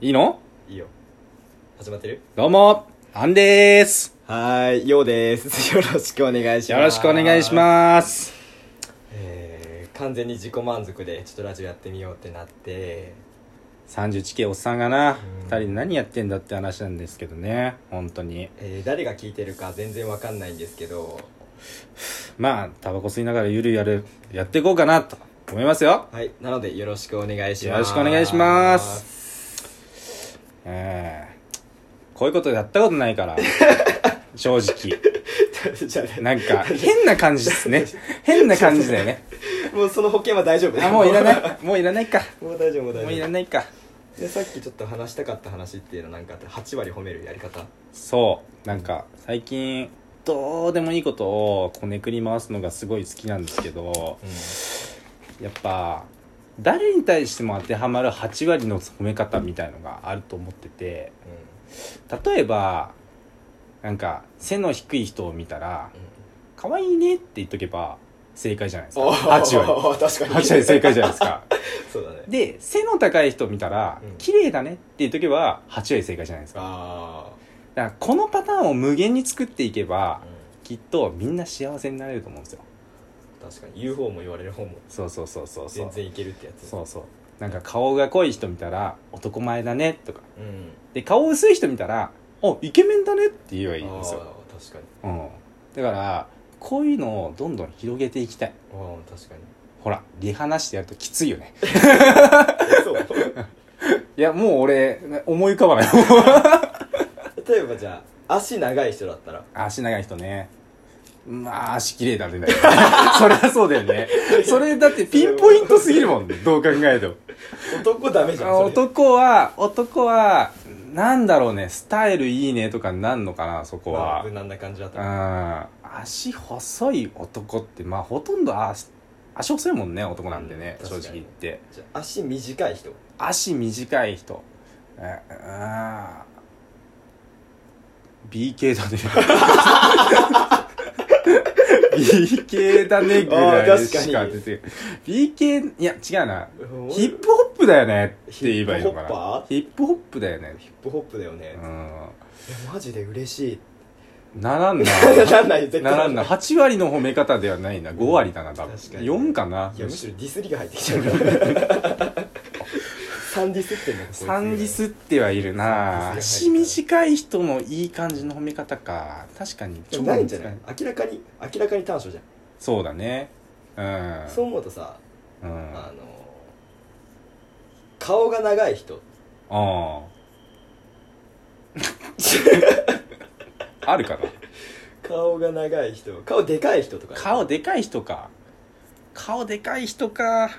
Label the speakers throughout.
Speaker 1: いいの
Speaker 2: いいよ始まってる
Speaker 1: どうも、アンでーす。
Speaker 2: はーいようです よろしくお願いします
Speaker 1: よろしくお願いします。
Speaker 2: えー、完全に自己満足でちょっとラジオやってみようってなって
Speaker 1: 31系おっさんがな、
Speaker 2: うん
Speaker 1: 二人で何やってんだって話なんですけどね、本当に。
Speaker 2: えー、誰が聞いてるか全然わかんないんですけど
Speaker 1: まあ、タバコ吸いながらゆるやる、やっていこうかなと思いますよ。
Speaker 2: はいなのでよろしくお願いします
Speaker 1: よろしくお願いします。えー、こういうことやったことない から、正直。
Speaker 2: じゃあね
Speaker 1: なんか、変な感じですね。変な感じだよね。
Speaker 2: もうその保険は大丈夫
Speaker 1: あ、もういらない。もういらないか。
Speaker 2: もう大丈夫もう大丈
Speaker 1: もういら
Speaker 2: 夫
Speaker 1: ないか。
Speaker 2: でさっきちょっと話したかった話っていうのなんかあって8割褒めるやり方
Speaker 1: そうなんか最近どうでもいいことをこねくり回すのがすごい好きなんですけど
Speaker 2: う
Speaker 1: やっぱ誰に対しても当てはまる8割の褒め方みたいのがあると思ってて
Speaker 2: んうん
Speaker 1: 例えばなんか背の低い人を見たら「可愛いね」って言っとけば正解じゃないですか
Speaker 2: お
Speaker 1: 8
Speaker 2: ー
Speaker 1: 割
Speaker 2: 確か
Speaker 1: 8
Speaker 2: に
Speaker 1: 割正解じゃないです か
Speaker 2: そうだね
Speaker 1: で背の高い人を見たら
Speaker 2: う
Speaker 1: 「
Speaker 2: ん
Speaker 1: 綺麗だね」って言っとけば8割正解じゃないですか
Speaker 2: あ
Speaker 1: だからこのパターンを無限に作っていけば
Speaker 2: あ、
Speaker 1: きっとみんな幸せになれると思うんですよ
Speaker 2: 確かに言う方も言われる方も
Speaker 1: そうそうそうそうそ
Speaker 2: 全
Speaker 1: う
Speaker 2: 然いけるってやつ
Speaker 1: そうそうなんか顔が濃い人見たら「男前だね」とか
Speaker 2: うん
Speaker 1: で顔薄い人見たら「あイケメンだね」って言えば
Speaker 2: あ
Speaker 1: いいんですよ、
Speaker 2: ー確かに
Speaker 1: うん、だからこういうのをどんどん広げていきたい
Speaker 2: ああ確かに
Speaker 1: ほらリハなしでやるときついよね
Speaker 2: そう
Speaker 1: いやもう俺思い浮かばない
Speaker 2: 例えばじゃあ足長い人だったら
Speaker 1: 足長い人ねまあ足綺麗だね そりゃそうだよね それだってピンポイントすぎるもんねどう考えても
Speaker 2: 男ダメじゃん
Speaker 1: あ
Speaker 2: それ
Speaker 1: 男は男はなんだろうねスタイルいいねとかになんのかなそこ
Speaker 2: まあ
Speaker 1: は
Speaker 2: 無難な感じだっ
Speaker 1: う
Speaker 2: たら
Speaker 1: ん足細い男ってまあほとんどあ足細いもんね男なんでね、
Speaker 2: うん
Speaker 1: 正
Speaker 2: 確かに
Speaker 1: 直言って
Speaker 2: じゃあ足短い人
Speaker 1: 足短い人えあ BK だね BK だねぐらいしか出て BK いや違うなヒップホップだよねって言えばいいのか
Speaker 2: ヒップホ
Speaker 1: なヒップホ
Speaker 2: ッパー
Speaker 1: ップだよね
Speaker 2: ヒップホップだよね
Speaker 1: う
Speaker 2: えマジで嬉しい
Speaker 1: んならんな
Speaker 2: なんない絶対
Speaker 1: ならんな8割の褒め方ではないな5割だな多分
Speaker 2: 確かに
Speaker 1: 4かない
Speaker 2: やむしろディスりが入っ てきちゃうから3ディスってんのこいつ
Speaker 1: 3ディスってはいるな
Speaker 2: 三ディス
Speaker 1: 足短い人のいい感じの褒め方か確かに
Speaker 2: でもないんじゃ
Speaker 1: 短
Speaker 2: ない明らかに明らかに短所じゃん、
Speaker 1: そうだねうん
Speaker 2: そう思うとさ、
Speaker 1: うん
Speaker 2: あの顔が長い人
Speaker 1: あああるかな
Speaker 2: 顔が長い人顔でかい人とか
Speaker 1: 顔でかい人か顔でかい人か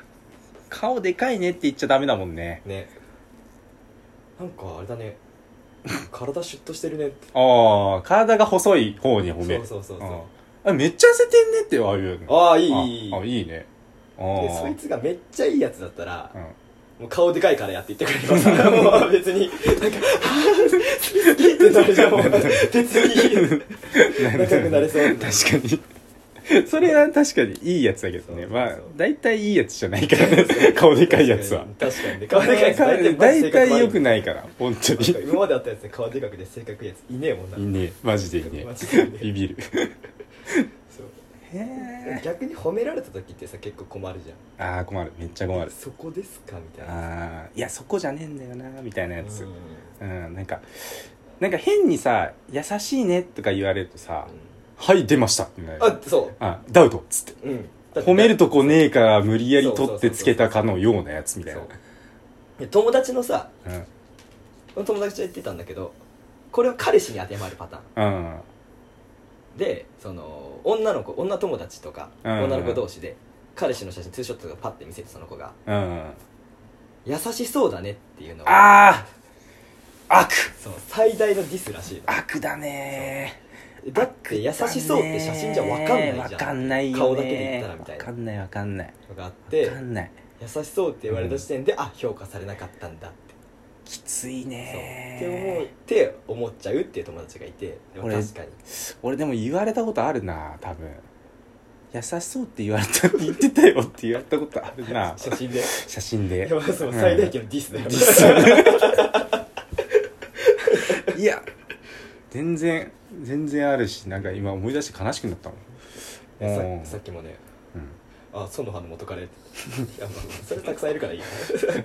Speaker 1: 顔でかいねって言っちゃダメだもんね
Speaker 2: ねなんかあれだ ね体シュッとしてるねって
Speaker 1: ああ体が細い方に褒める
Speaker 2: そうそうそうそう
Speaker 1: あめっちゃ痩せてんねって言われる
Speaker 2: ああいいいいいい
Speaker 1: あいいねあ
Speaker 2: でそいつがめっちゃいいやつだったら、
Speaker 1: うん
Speaker 2: もう顔でかいからやって言って くればさもう別に なんか「ああ好き」ってなるじゃんもう別に仲良くなれそう
Speaker 1: 確かにそれは確かにいいやつだけどね
Speaker 2: そうそう
Speaker 1: まあ
Speaker 2: そう
Speaker 1: 大体いいやつじゃないからね顔でかいやつは
Speaker 2: 確かにね顔でかいやつ
Speaker 1: 顔で
Speaker 2: マジ性
Speaker 1: 大
Speaker 2: 格悪
Speaker 1: 体良く
Speaker 2: い
Speaker 1: ないから本当
Speaker 2: なんか
Speaker 1: に
Speaker 2: 今まであったやつで顔でかくて性格いいやついねえもんない
Speaker 1: いねマジでいいね
Speaker 2: マジでいいね
Speaker 1: ビビる
Speaker 2: そう
Speaker 1: へ
Speaker 2: 逆に褒められた時ってさ結構困るじゃん
Speaker 1: えああ困るめっちゃ困る
Speaker 2: そこですかみたいな
Speaker 1: ああいやそこじゃねえんだよなみたいなやつ
Speaker 2: うん
Speaker 1: うんなんかなんか変にさ「優しいね」とか言われるとさ
Speaker 2: うん
Speaker 1: 「はい出ました」ってなる
Speaker 2: あそ
Speaker 1: あダウトっつって
Speaker 2: う、うん、
Speaker 1: 褒める
Speaker 2: と
Speaker 1: とこねえから無理やり取ってつけたかのようなやつみたいな
Speaker 2: そうで友達のさ
Speaker 1: うん
Speaker 2: 友達と言ってたんだけどこれは彼氏に当てはまるパターン
Speaker 1: うん
Speaker 2: でその女の子女友達とか、
Speaker 1: うんうん
Speaker 2: 女の子同士で彼氏の写真ツーショットとかパッて見せてその子が
Speaker 1: うん
Speaker 2: 「優しそうだね」っていうのは
Speaker 1: ああ悪
Speaker 2: その最大のディスらしい
Speaker 1: 悪だね
Speaker 2: のだって優しそうって写真じゃ分かんないじゃん
Speaker 1: わかんないよね
Speaker 2: 顔だけで言ったらみたい
Speaker 1: わ
Speaker 2: な
Speaker 1: かんないわかんない
Speaker 2: のがあっ
Speaker 1: わ
Speaker 2: て
Speaker 1: かんない
Speaker 2: 優しそうって言われた時点で、あ評価されなかったんだって
Speaker 1: きつい
Speaker 2: そう
Speaker 1: ね
Speaker 2: って思うって思っちゃうっていう友達がいてでも
Speaker 1: 俺
Speaker 2: 確かに
Speaker 1: 俺でも言われたことあるな多分優しそうって言われた言ってたよって言われ たことあるな
Speaker 2: 写真で
Speaker 1: 写真
Speaker 2: い
Speaker 1: で
Speaker 2: やまあその最大級のディスだよ、
Speaker 1: 実際いや全然全然あるしなんか今思い出して悲しくなったもん
Speaker 2: え
Speaker 1: うん
Speaker 2: ささっきもね
Speaker 1: うん
Speaker 2: あ園葉の元カレっていやまあそれたくさんいるからい いよ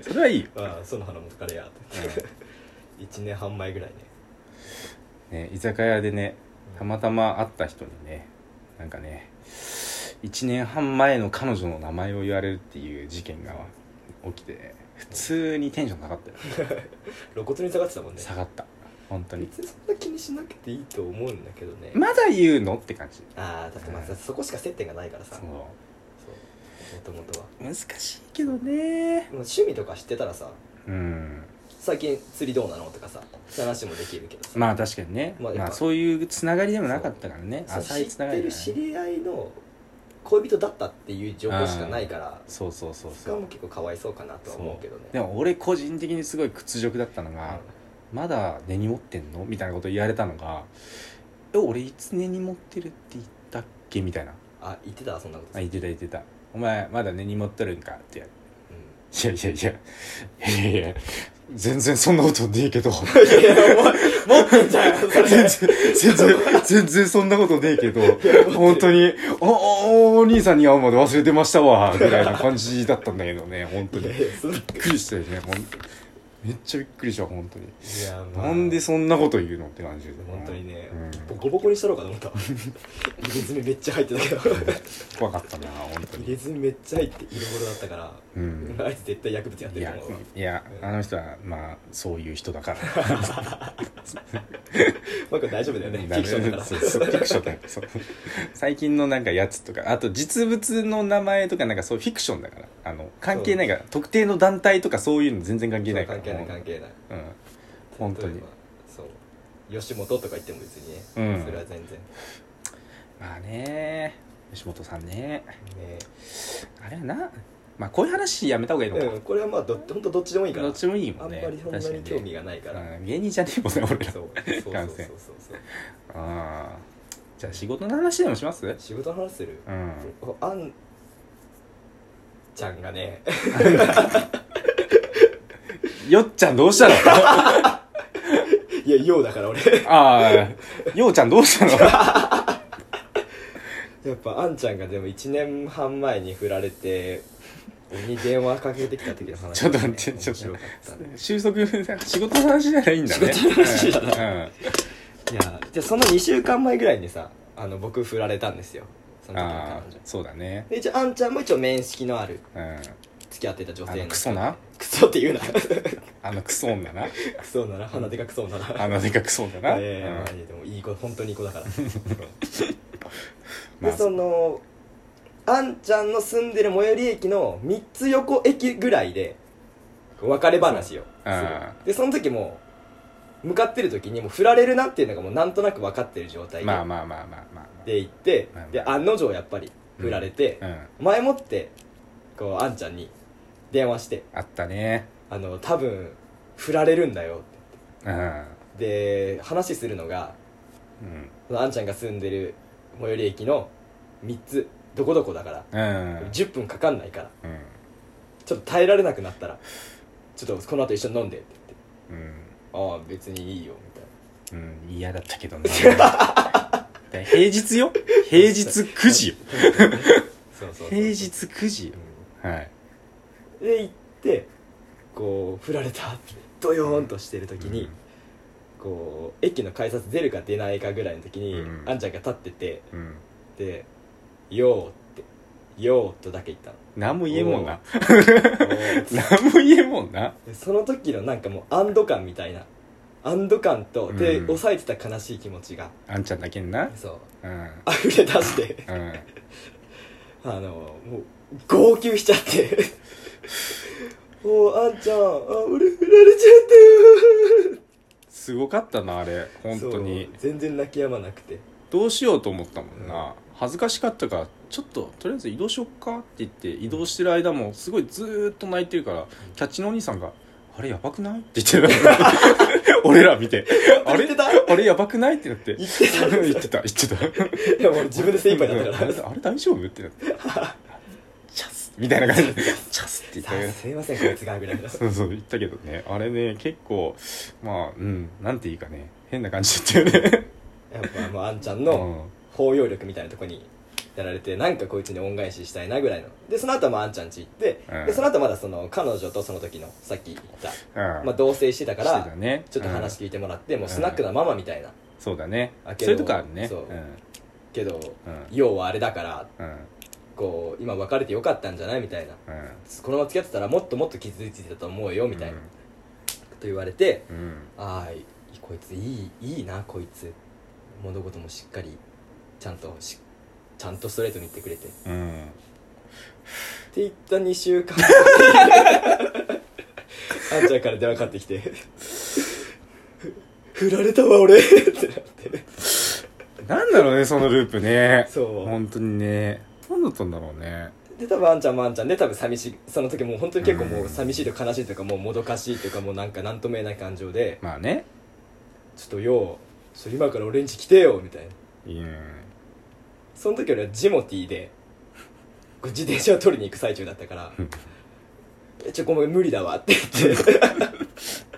Speaker 1: それはいいよ、
Speaker 2: あ園葉の元カレやって1年半前ぐらいね
Speaker 1: うんね、居酒屋でねた
Speaker 2: うん
Speaker 1: またま会った人にねなんかね1年半前の彼女の名前を言われるっていう事件が起きて普通にテンション下がったよ
Speaker 2: 露骨に下がってたもんね
Speaker 1: 下がった本当に
Speaker 2: 別にそんな気にしなくていいと思うんだけどね
Speaker 1: まだ言うのって感じ
Speaker 2: ああ確かにまあそこしか接点がないからさ
Speaker 1: そ
Speaker 2: そうも
Speaker 1: の
Speaker 2: ともとは
Speaker 1: 難しいけどね
Speaker 2: でも趣味とか知ってたらさ
Speaker 1: うん
Speaker 2: 最近釣りどうなのとかさそういう話もできるけどさ
Speaker 1: まあ確かにね、
Speaker 2: ま
Speaker 1: ま
Speaker 2: あ
Speaker 1: あ
Speaker 2: やっぱ
Speaker 1: そういうつながりでもなかったからね
Speaker 2: そう
Speaker 1: 浅い
Speaker 2: 知っ
Speaker 1: つ
Speaker 2: て
Speaker 1: ながりだ
Speaker 2: る
Speaker 1: ね
Speaker 2: 知り合いの恋人だったっていう情報しかないから
Speaker 1: そうそうそう
Speaker 2: そ
Speaker 1: そ
Speaker 2: れはも
Speaker 1: う
Speaker 2: う結構かわいそうかなとは思うけどね
Speaker 1: でも俺個人的にすごい屈辱だったのが、
Speaker 2: う
Speaker 1: まだ根に持ってんのみたいなこと言われたのが「え俺いつ根に持ってるって言ったっけ?」みたいなん
Speaker 2: あ言ってたそんなこ
Speaker 1: 「
Speaker 2: と
Speaker 1: あ言ってた言ってたお前まだ根に持ってるんか」って
Speaker 2: う
Speaker 1: いやいやいやいやいやいや全然そんなことねえけど
Speaker 2: ん いやいやお前持ってんじゃんそ
Speaker 1: 全
Speaker 2: れ
Speaker 1: 然全然全然そんなことねえけど本当に「おおお兄さんに会うまで忘れてましたわ」ぐらいな感じだったんだけど ね本当
Speaker 2: い
Speaker 1: に
Speaker 2: や
Speaker 1: びっ
Speaker 2: いやそんな
Speaker 1: くりしたよねほんめっちゃびっくりした本当に
Speaker 2: いやまあ
Speaker 1: なんでそんなこと言うのって感じで
Speaker 2: 本当にね、
Speaker 1: うん
Speaker 2: ボコボコにしたろうかと思った わ入れ墨めっちゃ入ってたけど
Speaker 1: 怖かったな本当
Speaker 2: 入
Speaker 1: に
Speaker 2: れ墨めっちゃ入って色物だったから、
Speaker 1: うん
Speaker 2: あいつ絶対薬物やって
Speaker 1: い
Speaker 2: る
Speaker 1: や
Speaker 2: と思うわ
Speaker 1: いやあの人はまあそういう人だから
Speaker 2: マイク大丈夫だよねフ
Speaker 1: ダ
Speaker 2: ィ
Speaker 1: メ
Speaker 2: クションだから
Speaker 1: そうそうフィクションだからそう最近のなんかやつとかあと実物の名前とかなんかそうフィクションだからあの関係ないから特定の団体とかそういうの全然関係ないから
Speaker 2: 関係ない
Speaker 1: もう
Speaker 2: 関係な
Speaker 1: うん
Speaker 2: い
Speaker 1: 本当
Speaker 2: 例
Speaker 1: に
Speaker 2: えばそう吉本とか言っても別にね、
Speaker 1: うん
Speaker 2: それは全然ね
Speaker 1: まあね吉本さんねあれはなまあこういう話やめた方がいいのか、
Speaker 2: うんこれはまあど本当どっちでもいいから
Speaker 1: どっちもいいも
Speaker 2: あ
Speaker 1: ん
Speaker 2: んま
Speaker 1: ね
Speaker 2: りそんなに興味がないか
Speaker 1: 確
Speaker 2: ら、
Speaker 1: かに、うん、芸人じゃねえもんね俺ら
Speaker 2: そうそうそうそう
Speaker 1: 感
Speaker 2: そう
Speaker 1: 染
Speaker 2: そう
Speaker 1: ああじゃあ仕事の話でもしますう
Speaker 2: 仕事の話する、
Speaker 1: ん
Speaker 2: あんちゃんがね
Speaker 1: よっちゃんどうしたの
Speaker 2: いやようだから俺
Speaker 1: ああようちゃんどうしたの
Speaker 2: やっぱあんちゃんがでも1年半前に振られて俺に電話かけてきた時の話、
Speaker 1: ちょっと待ってちょっと
Speaker 2: 面白かったね
Speaker 1: 収束仕事の話ならいいんだね
Speaker 2: 仕事の話だ
Speaker 1: ね
Speaker 2: いやじゃあその2週間前ぐらいにさあの僕振られたんですよそ
Speaker 1: うん、
Speaker 2: の時の彼
Speaker 1: ああ
Speaker 2: 女に
Speaker 1: そうだね
Speaker 2: で一応あんちゃんも一応面識のある
Speaker 1: うん
Speaker 2: 付き合ってた女性
Speaker 1: あ
Speaker 2: の
Speaker 1: のクソな
Speaker 2: クソって言うな
Speaker 1: あのクソ女な
Speaker 2: クソなら鼻でかくそうなら
Speaker 1: あのでかくソ女な、
Speaker 2: ええ
Speaker 1: うん
Speaker 2: まあいいでもいい子本当にいい 子だから
Speaker 1: ま
Speaker 2: で
Speaker 1: あ
Speaker 2: そのあんちゃんの住んでる最寄り駅の3つ横駅ぐらいで別れ話をする
Speaker 1: あ
Speaker 2: でその時も向かってる時にもう振られるなっていうのがもうなんとなく分かってる状態で,、
Speaker 1: まあまあまあまあまあ
Speaker 2: で行って
Speaker 1: まあまあ
Speaker 2: で案の定やっぱり振られて、
Speaker 1: まあうん
Speaker 2: 前もってこうあんちゃんに電話して
Speaker 1: あったね
Speaker 2: 「あの多分振られるんだよ」っ
Speaker 1: う
Speaker 2: て
Speaker 1: ん、
Speaker 2: で話するのが
Speaker 1: うん
Speaker 2: そのあんちゃんが住んでる最寄り駅の3つどこどこだから、
Speaker 1: うん
Speaker 2: 10分かかんないから
Speaker 1: うん
Speaker 2: ちょっと耐えられなくなったらちょっとこの後一緒に飲んでって言って
Speaker 1: うん
Speaker 2: 「ああ別にいいよ」みたいな
Speaker 1: うん嫌だったけどな 平日よ平日9時よ
Speaker 2: そうそうそう
Speaker 1: 平日9時よ
Speaker 2: う
Speaker 1: はい
Speaker 2: んで行ってこう振られたってドヨーンとしてる時に、こう駅の改札出るか出ないかぐらいの時に、
Speaker 1: うん
Speaker 2: あんちゃんが立ってて
Speaker 1: うん、うん、
Speaker 2: で「よー」って「よー」とだけ言ったの
Speaker 1: 何も言えんもんな
Speaker 2: おー
Speaker 1: 何も言えんもんな
Speaker 2: でその時のなんかもう安堵感みたいな安堵感とで、
Speaker 1: うん
Speaker 2: 抑えてた悲しい気持ちが
Speaker 1: あんちゃんだけにな
Speaker 2: そう
Speaker 1: うん
Speaker 2: 溢れ出して
Speaker 1: うん
Speaker 2: あのもう号泣しちゃって もうあんちゃんあ俺振られちゃっ
Speaker 1: すごかったなあれ
Speaker 2: たよ
Speaker 1: 本当に
Speaker 2: そう全然泣き止まなくて
Speaker 1: どうしようと思ったもん
Speaker 2: うん
Speaker 1: な恥ずかしかったからちょっととりあえず移動しよっかって言って移動してる間もすごいずーっと泣いてるからキャッチのお兄さんが「あれやばくない?」って言って た俺ら見て「あ
Speaker 2: 言っ
Speaker 1: れ
Speaker 2: てた
Speaker 1: あれやばくない?」ってなって
Speaker 2: 言ってた
Speaker 1: 言ってた言ってた
Speaker 2: いやもう自分で精一杯だった
Speaker 1: あ
Speaker 2: か
Speaker 1: れあれ大丈夫ってなってチャスみたいな感じで「チャス」って言っ
Speaker 2: さ
Speaker 1: たけ
Speaker 2: あ
Speaker 1: ど
Speaker 2: すいませんこいつがぐらいだ
Speaker 1: そうそう言ったけどねあれね結構まあうんなんていうかね変な感じだったよね
Speaker 2: やっぱもうあんちゃん
Speaker 1: う
Speaker 2: の包容力みたいなとこにやられてなんかこいつに恩返ししたいなぐらいのでその後もあんちゃん家行って、
Speaker 1: うん
Speaker 2: でその後まだその彼女とその時のさっき言った、
Speaker 1: ん、
Speaker 2: まあ、同棲してたか
Speaker 1: して
Speaker 2: ら
Speaker 1: たね
Speaker 2: ちょっと話
Speaker 1: うん
Speaker 2: 聞いてもらって、もうスナックのママみたいな
Speaker 1: そうだね
Speaker 2: あけ
Speaker 1: そ
Speaker 2: ど
Speaker 1: ういうとこあるね
Speaker 2: そうんけど
Speaker 1: うん
Speaker 2: 要はあれだから
Speaker 1: うん
Speaker 2: こう今別れてよかったんじゃないみたいな
Speaker 1: うん
Speaker 2: このまま付き合ってたらもっともっと傷ついてたと思うよみたいな、
Speaker 1: うん
Speaker 2: と言われて
Speaker 1: うん
Speaker 2: ああいこいついいいいなこいつ物事もしっかりちゃんとしちゃんとストレートに言ってくれてっ
Speaker 1: うん
Speaker 2: て言った2週間あんちゃんから電話かかってきて「振られたわ俺」ってなって
Speaker 1: なんだろうねそのループね
Speaker 2: そう
Speaker 1: 本当にね何だったんだろうね
Speaker 2: で多分あんちゃんもあんちゃんで多分寂しいその時もう本当に結構もう寂しいとか悲しいというかもうもどかしいというかもうなんか何とも言えない感情で
Speaker 1: まあね
Speaker 2: 「ちょっとよそれ今から俺ん家来てよ」みたいな
Speaker 1: うん
Speaker 2: その時俺はジモティーでこう自転車を取りに行く最中だったから
Speaker 1: うん
Speaker 2: 「えちょごめん無理だわ」って言って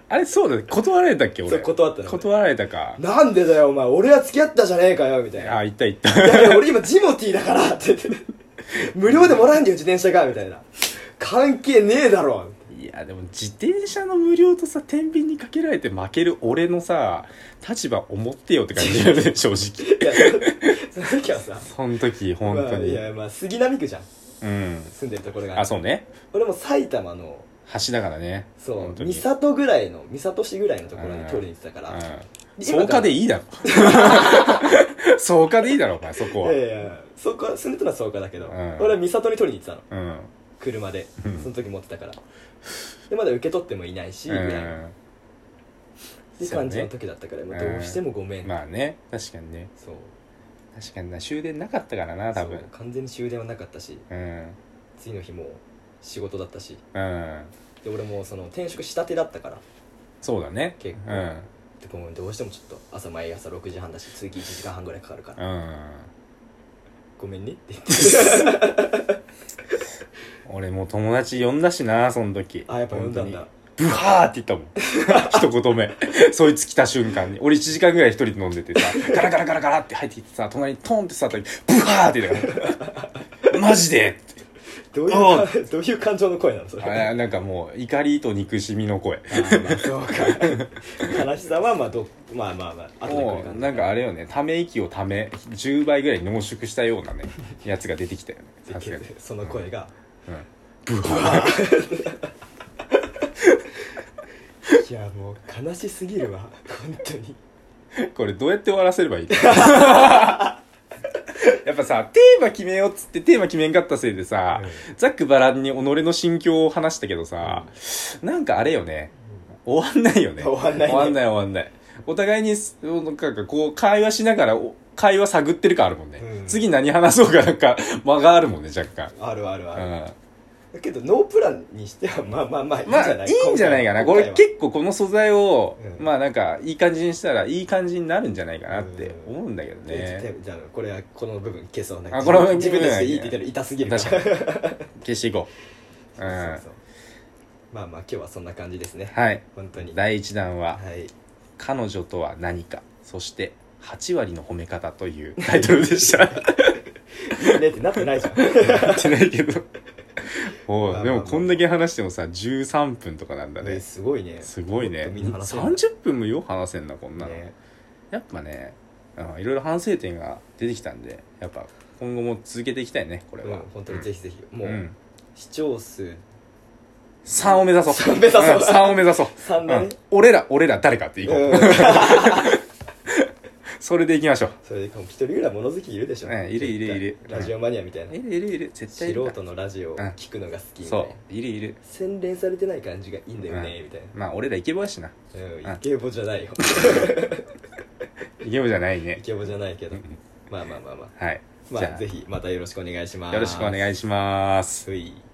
Speaker 1: あれそうだね断られたっけ
Speaker 2: そ
Speaker 1: 俺
Speaker 2: う断ったの
Speaker 1: 断られたか
Speaker 2: なんでだよお前俺は付き合ったじゃねえかよみたいな
Speaker 1: あ
Speaker 2: 「い
Speaker 1: 行った行った
Speaker 2: やいや俺今ジモティーだから」って言って「無料でもらえんだよ自転車が」みたいな「関係ねえだろ」
Speaker 1: いやでも自転車の無料とさ天秤にかけられて負ける俺のさ立場思ってよって感じだよね 正直
Speaker 2: いやその時はさ
Speaker 1: その時本
Speaker 2: ま
Speaker 1: 当
Speaker 2: あ、い
Speaker 1: に、
Speaker 2: やまあ杉並区じゃん
Speaker 1: うん
Speaker 2: 住んでるところが
Speaker 1: あそうね
Speaker 2: 俺も埼玉の
Speaker 1: 橋だからね
Speaker 2: そ
Speaker 1: 本
Speaker 2: う
Speaker 1: 当
Speaker 2: 三
Speaker 1: に
Speaker 2: 郷ぐらいの三郷市ぐらいのところに取りに行ってたから
Speaker 1: うん草加で
Speaker 2: い
Speaker 1: いい だろ草加でいいだろお前そこ
Speaker 2: い
Speaker 1: は
Speaker 2: やいやそこは住んでたのはそうかだけ
Speaker 1: う
Speaker 2: ど、
Speaker 1: ん
Speaker 2: 俺は三郷に取りに行ってたの
Speaker 1: うん
Speaker 2: 車で
Speaker 1: うん
Speaker 2: その時持ってたからでまだ受け取ってもいないし、
Speaker 1: う
Speaker 2: みたいなんって感じの時だったから、もうどうしてもごめん、
Speaker 1: まあね確かにね
Speaker 2: そう
Speaker 1: 確かにな終電なかったからな多分
Speaker 2: そう完全に終電はなかったし
Speaker 1: うん
Speaker 2: 次の日も仕事だったし
Speaker 1: うん
Speaker 2: で俺もその転職したてだったから
Speaker 1: そうだね
Speaker 2: 結構
Speaker 1: うん
Speaker 2: でごめんどうしてもちょっと朝毎朝6時半だし通勤1時間半ぐらいかかるから
Speaker 1: うん
Speaker 2: ごめんねって言って
Speaker 1: 俺もう友達呼んだしなその時
Speaker 2: あやっぱ呼んだんだ
Speaker 1: 本当にブハーって言ったもん 一言目そいつ来た瞬間に俺1時間ぐらい一人で飲んでてさガラガラガラガラって入ってきてさ隣にトンって座った時ブハーって言ったか らマジでって
Speaker 2: どういう どういう感情の声なのそれ
Speaker 1: あれなんかもう怒りと憎しみの声
Speaker 2: あーまあそうか悲しさはまあどまあまあまあ後で来
Speaker 1: も
Speaker 2: る感
Speaker 1: う
Speaker 2: じ
Speaker 1: なんかあれよねため息をため10倍ぐらい濃縮したよう なねやつが出てきたよねさすがに
Speaker 2: その声が、
Speaker 1: ブハー
Speaker 2: いやもう悲しすぎるわ本当に
Speaker 1: これどうやって終わらせればいい やっぱさテーマ決めようっつってテーマ決めんかったせいでさ、ざっくばらんに己の心境を話したけどさ、なんかあれよね終わんないよね
Speaker 2: 終わんないね
Speaker 1: 終わんない終わんないお互いにすなんかこう会話しながらお会話探ってる感あるもんね、
Speaker 2: うん
Speaker 1: 次何話そうかなんか間があるもんね若干
Speaker 2: あるあるある、
Speaker 1: うん
Speaker 2: だけどノープランにしてはまあまあまあいいんじ
Speaker 1: ま
Speaker 2: ゃ
Speaker 1: あ
Speaker 2: ない
Speaker 1: いんじゃないかな
Speaker 2: 今
Speaker 1: こ
Speaker 2: 回
Speaker 1: れ
Speaker 2: は
Speaker 1: 結構この素材を、
Speaker 2: うん
Speaker 1: まあなんかいい感じにしたらいい感じになるんじゃないかなって思うんだけどね、
Speaker 2: えじゃあこれはこの部分消そうなん
Speaker 1: あこれは
Speaker 2: 自分たちでいいって言ったら痛すぎるから
Speaker 1: 確消していこう。う
Speaker 2: そうんそうそうまあまあ今日はそんな感じですね
Speaker 1: はい。
Speaker 2: 本当には
Speaker 1: 第1弾は、
Speaker 2: い
Speaker 1: 彼女とは何か、そして8割の褒め方という タイトルでした。
Speaker 2: いいねってなってない じゃん
Speaker 1: 言ってないけど。お
Speaker 2: ま
Speaker 1: う
Speaker 2: あまあまあ
Speaker 1: でもこんだけ話してもさ、13分とかなんだ
Speaker 2: ね
Speaker 1: ね。
Speaker 2: すごいね
Speaker 1: すごいね。
Speaker 2: もっとみんな話せるね
Speaker 1: 30分もよう話せんな、こんなの。
Speaker 2: ね
Speaker 1: やっぱね、うんいろいろ反省点が出てきたんで、やっぱ今後も続けていきたいね、これ
Speaker 2: うん
Speaker 1: は。
Speaker 2: 本当にぜひぜひ
Speaker 1: う
Speaker 2: も
Speaker 1: ん。う
Speaker 2: うん視聴数
Speaker 1: 3を目指そう。
Speaker 2: 3目指そうん
Speaker 1: 3を目指そう。
Speaker 2: 3だね
Speaker 1: うん俺ら、俺ら誰かっていこう。
Speaker 2: うん
Speaker 1: それでいきましょう。
Speaker 2: それで一人ぐらい物好きいるでしょ
Speaker 1: うんいるいるいる
Speaker 2: 絶対ラジオマニアみたいない
Speaker 1: るいるいる絶対いる
Speaker 2: 素
Speaker 1: か
Speaker 2: 人のラジオを聞くのが好きみたいな
Speaker 1: そういるいる
Speaker 2: 洗練されてない感じがいいんだよねみたい
Speaker 1: まあ俺らイケボやしな
Speaker 2: なうん
Speaker 1: ん
Speaker 2: イケボじゃない よ
Speaker 1: イケボじゃない
Speaker 2: イ
Speaker 1: ね
Speaker 2: ケボじゃないけどまあまあまあまあ
Speaker 1: はい
Speaker 2: ま
Speaker 1: じ
Speaker 2: あ
Speaker 1: ゃ
Speaker 2: ぜひまたよろしくお願いしま
Speaker 1: あ
Speaker 2: す
Speaker 1: よろしくお願いします
Speaker 2: はい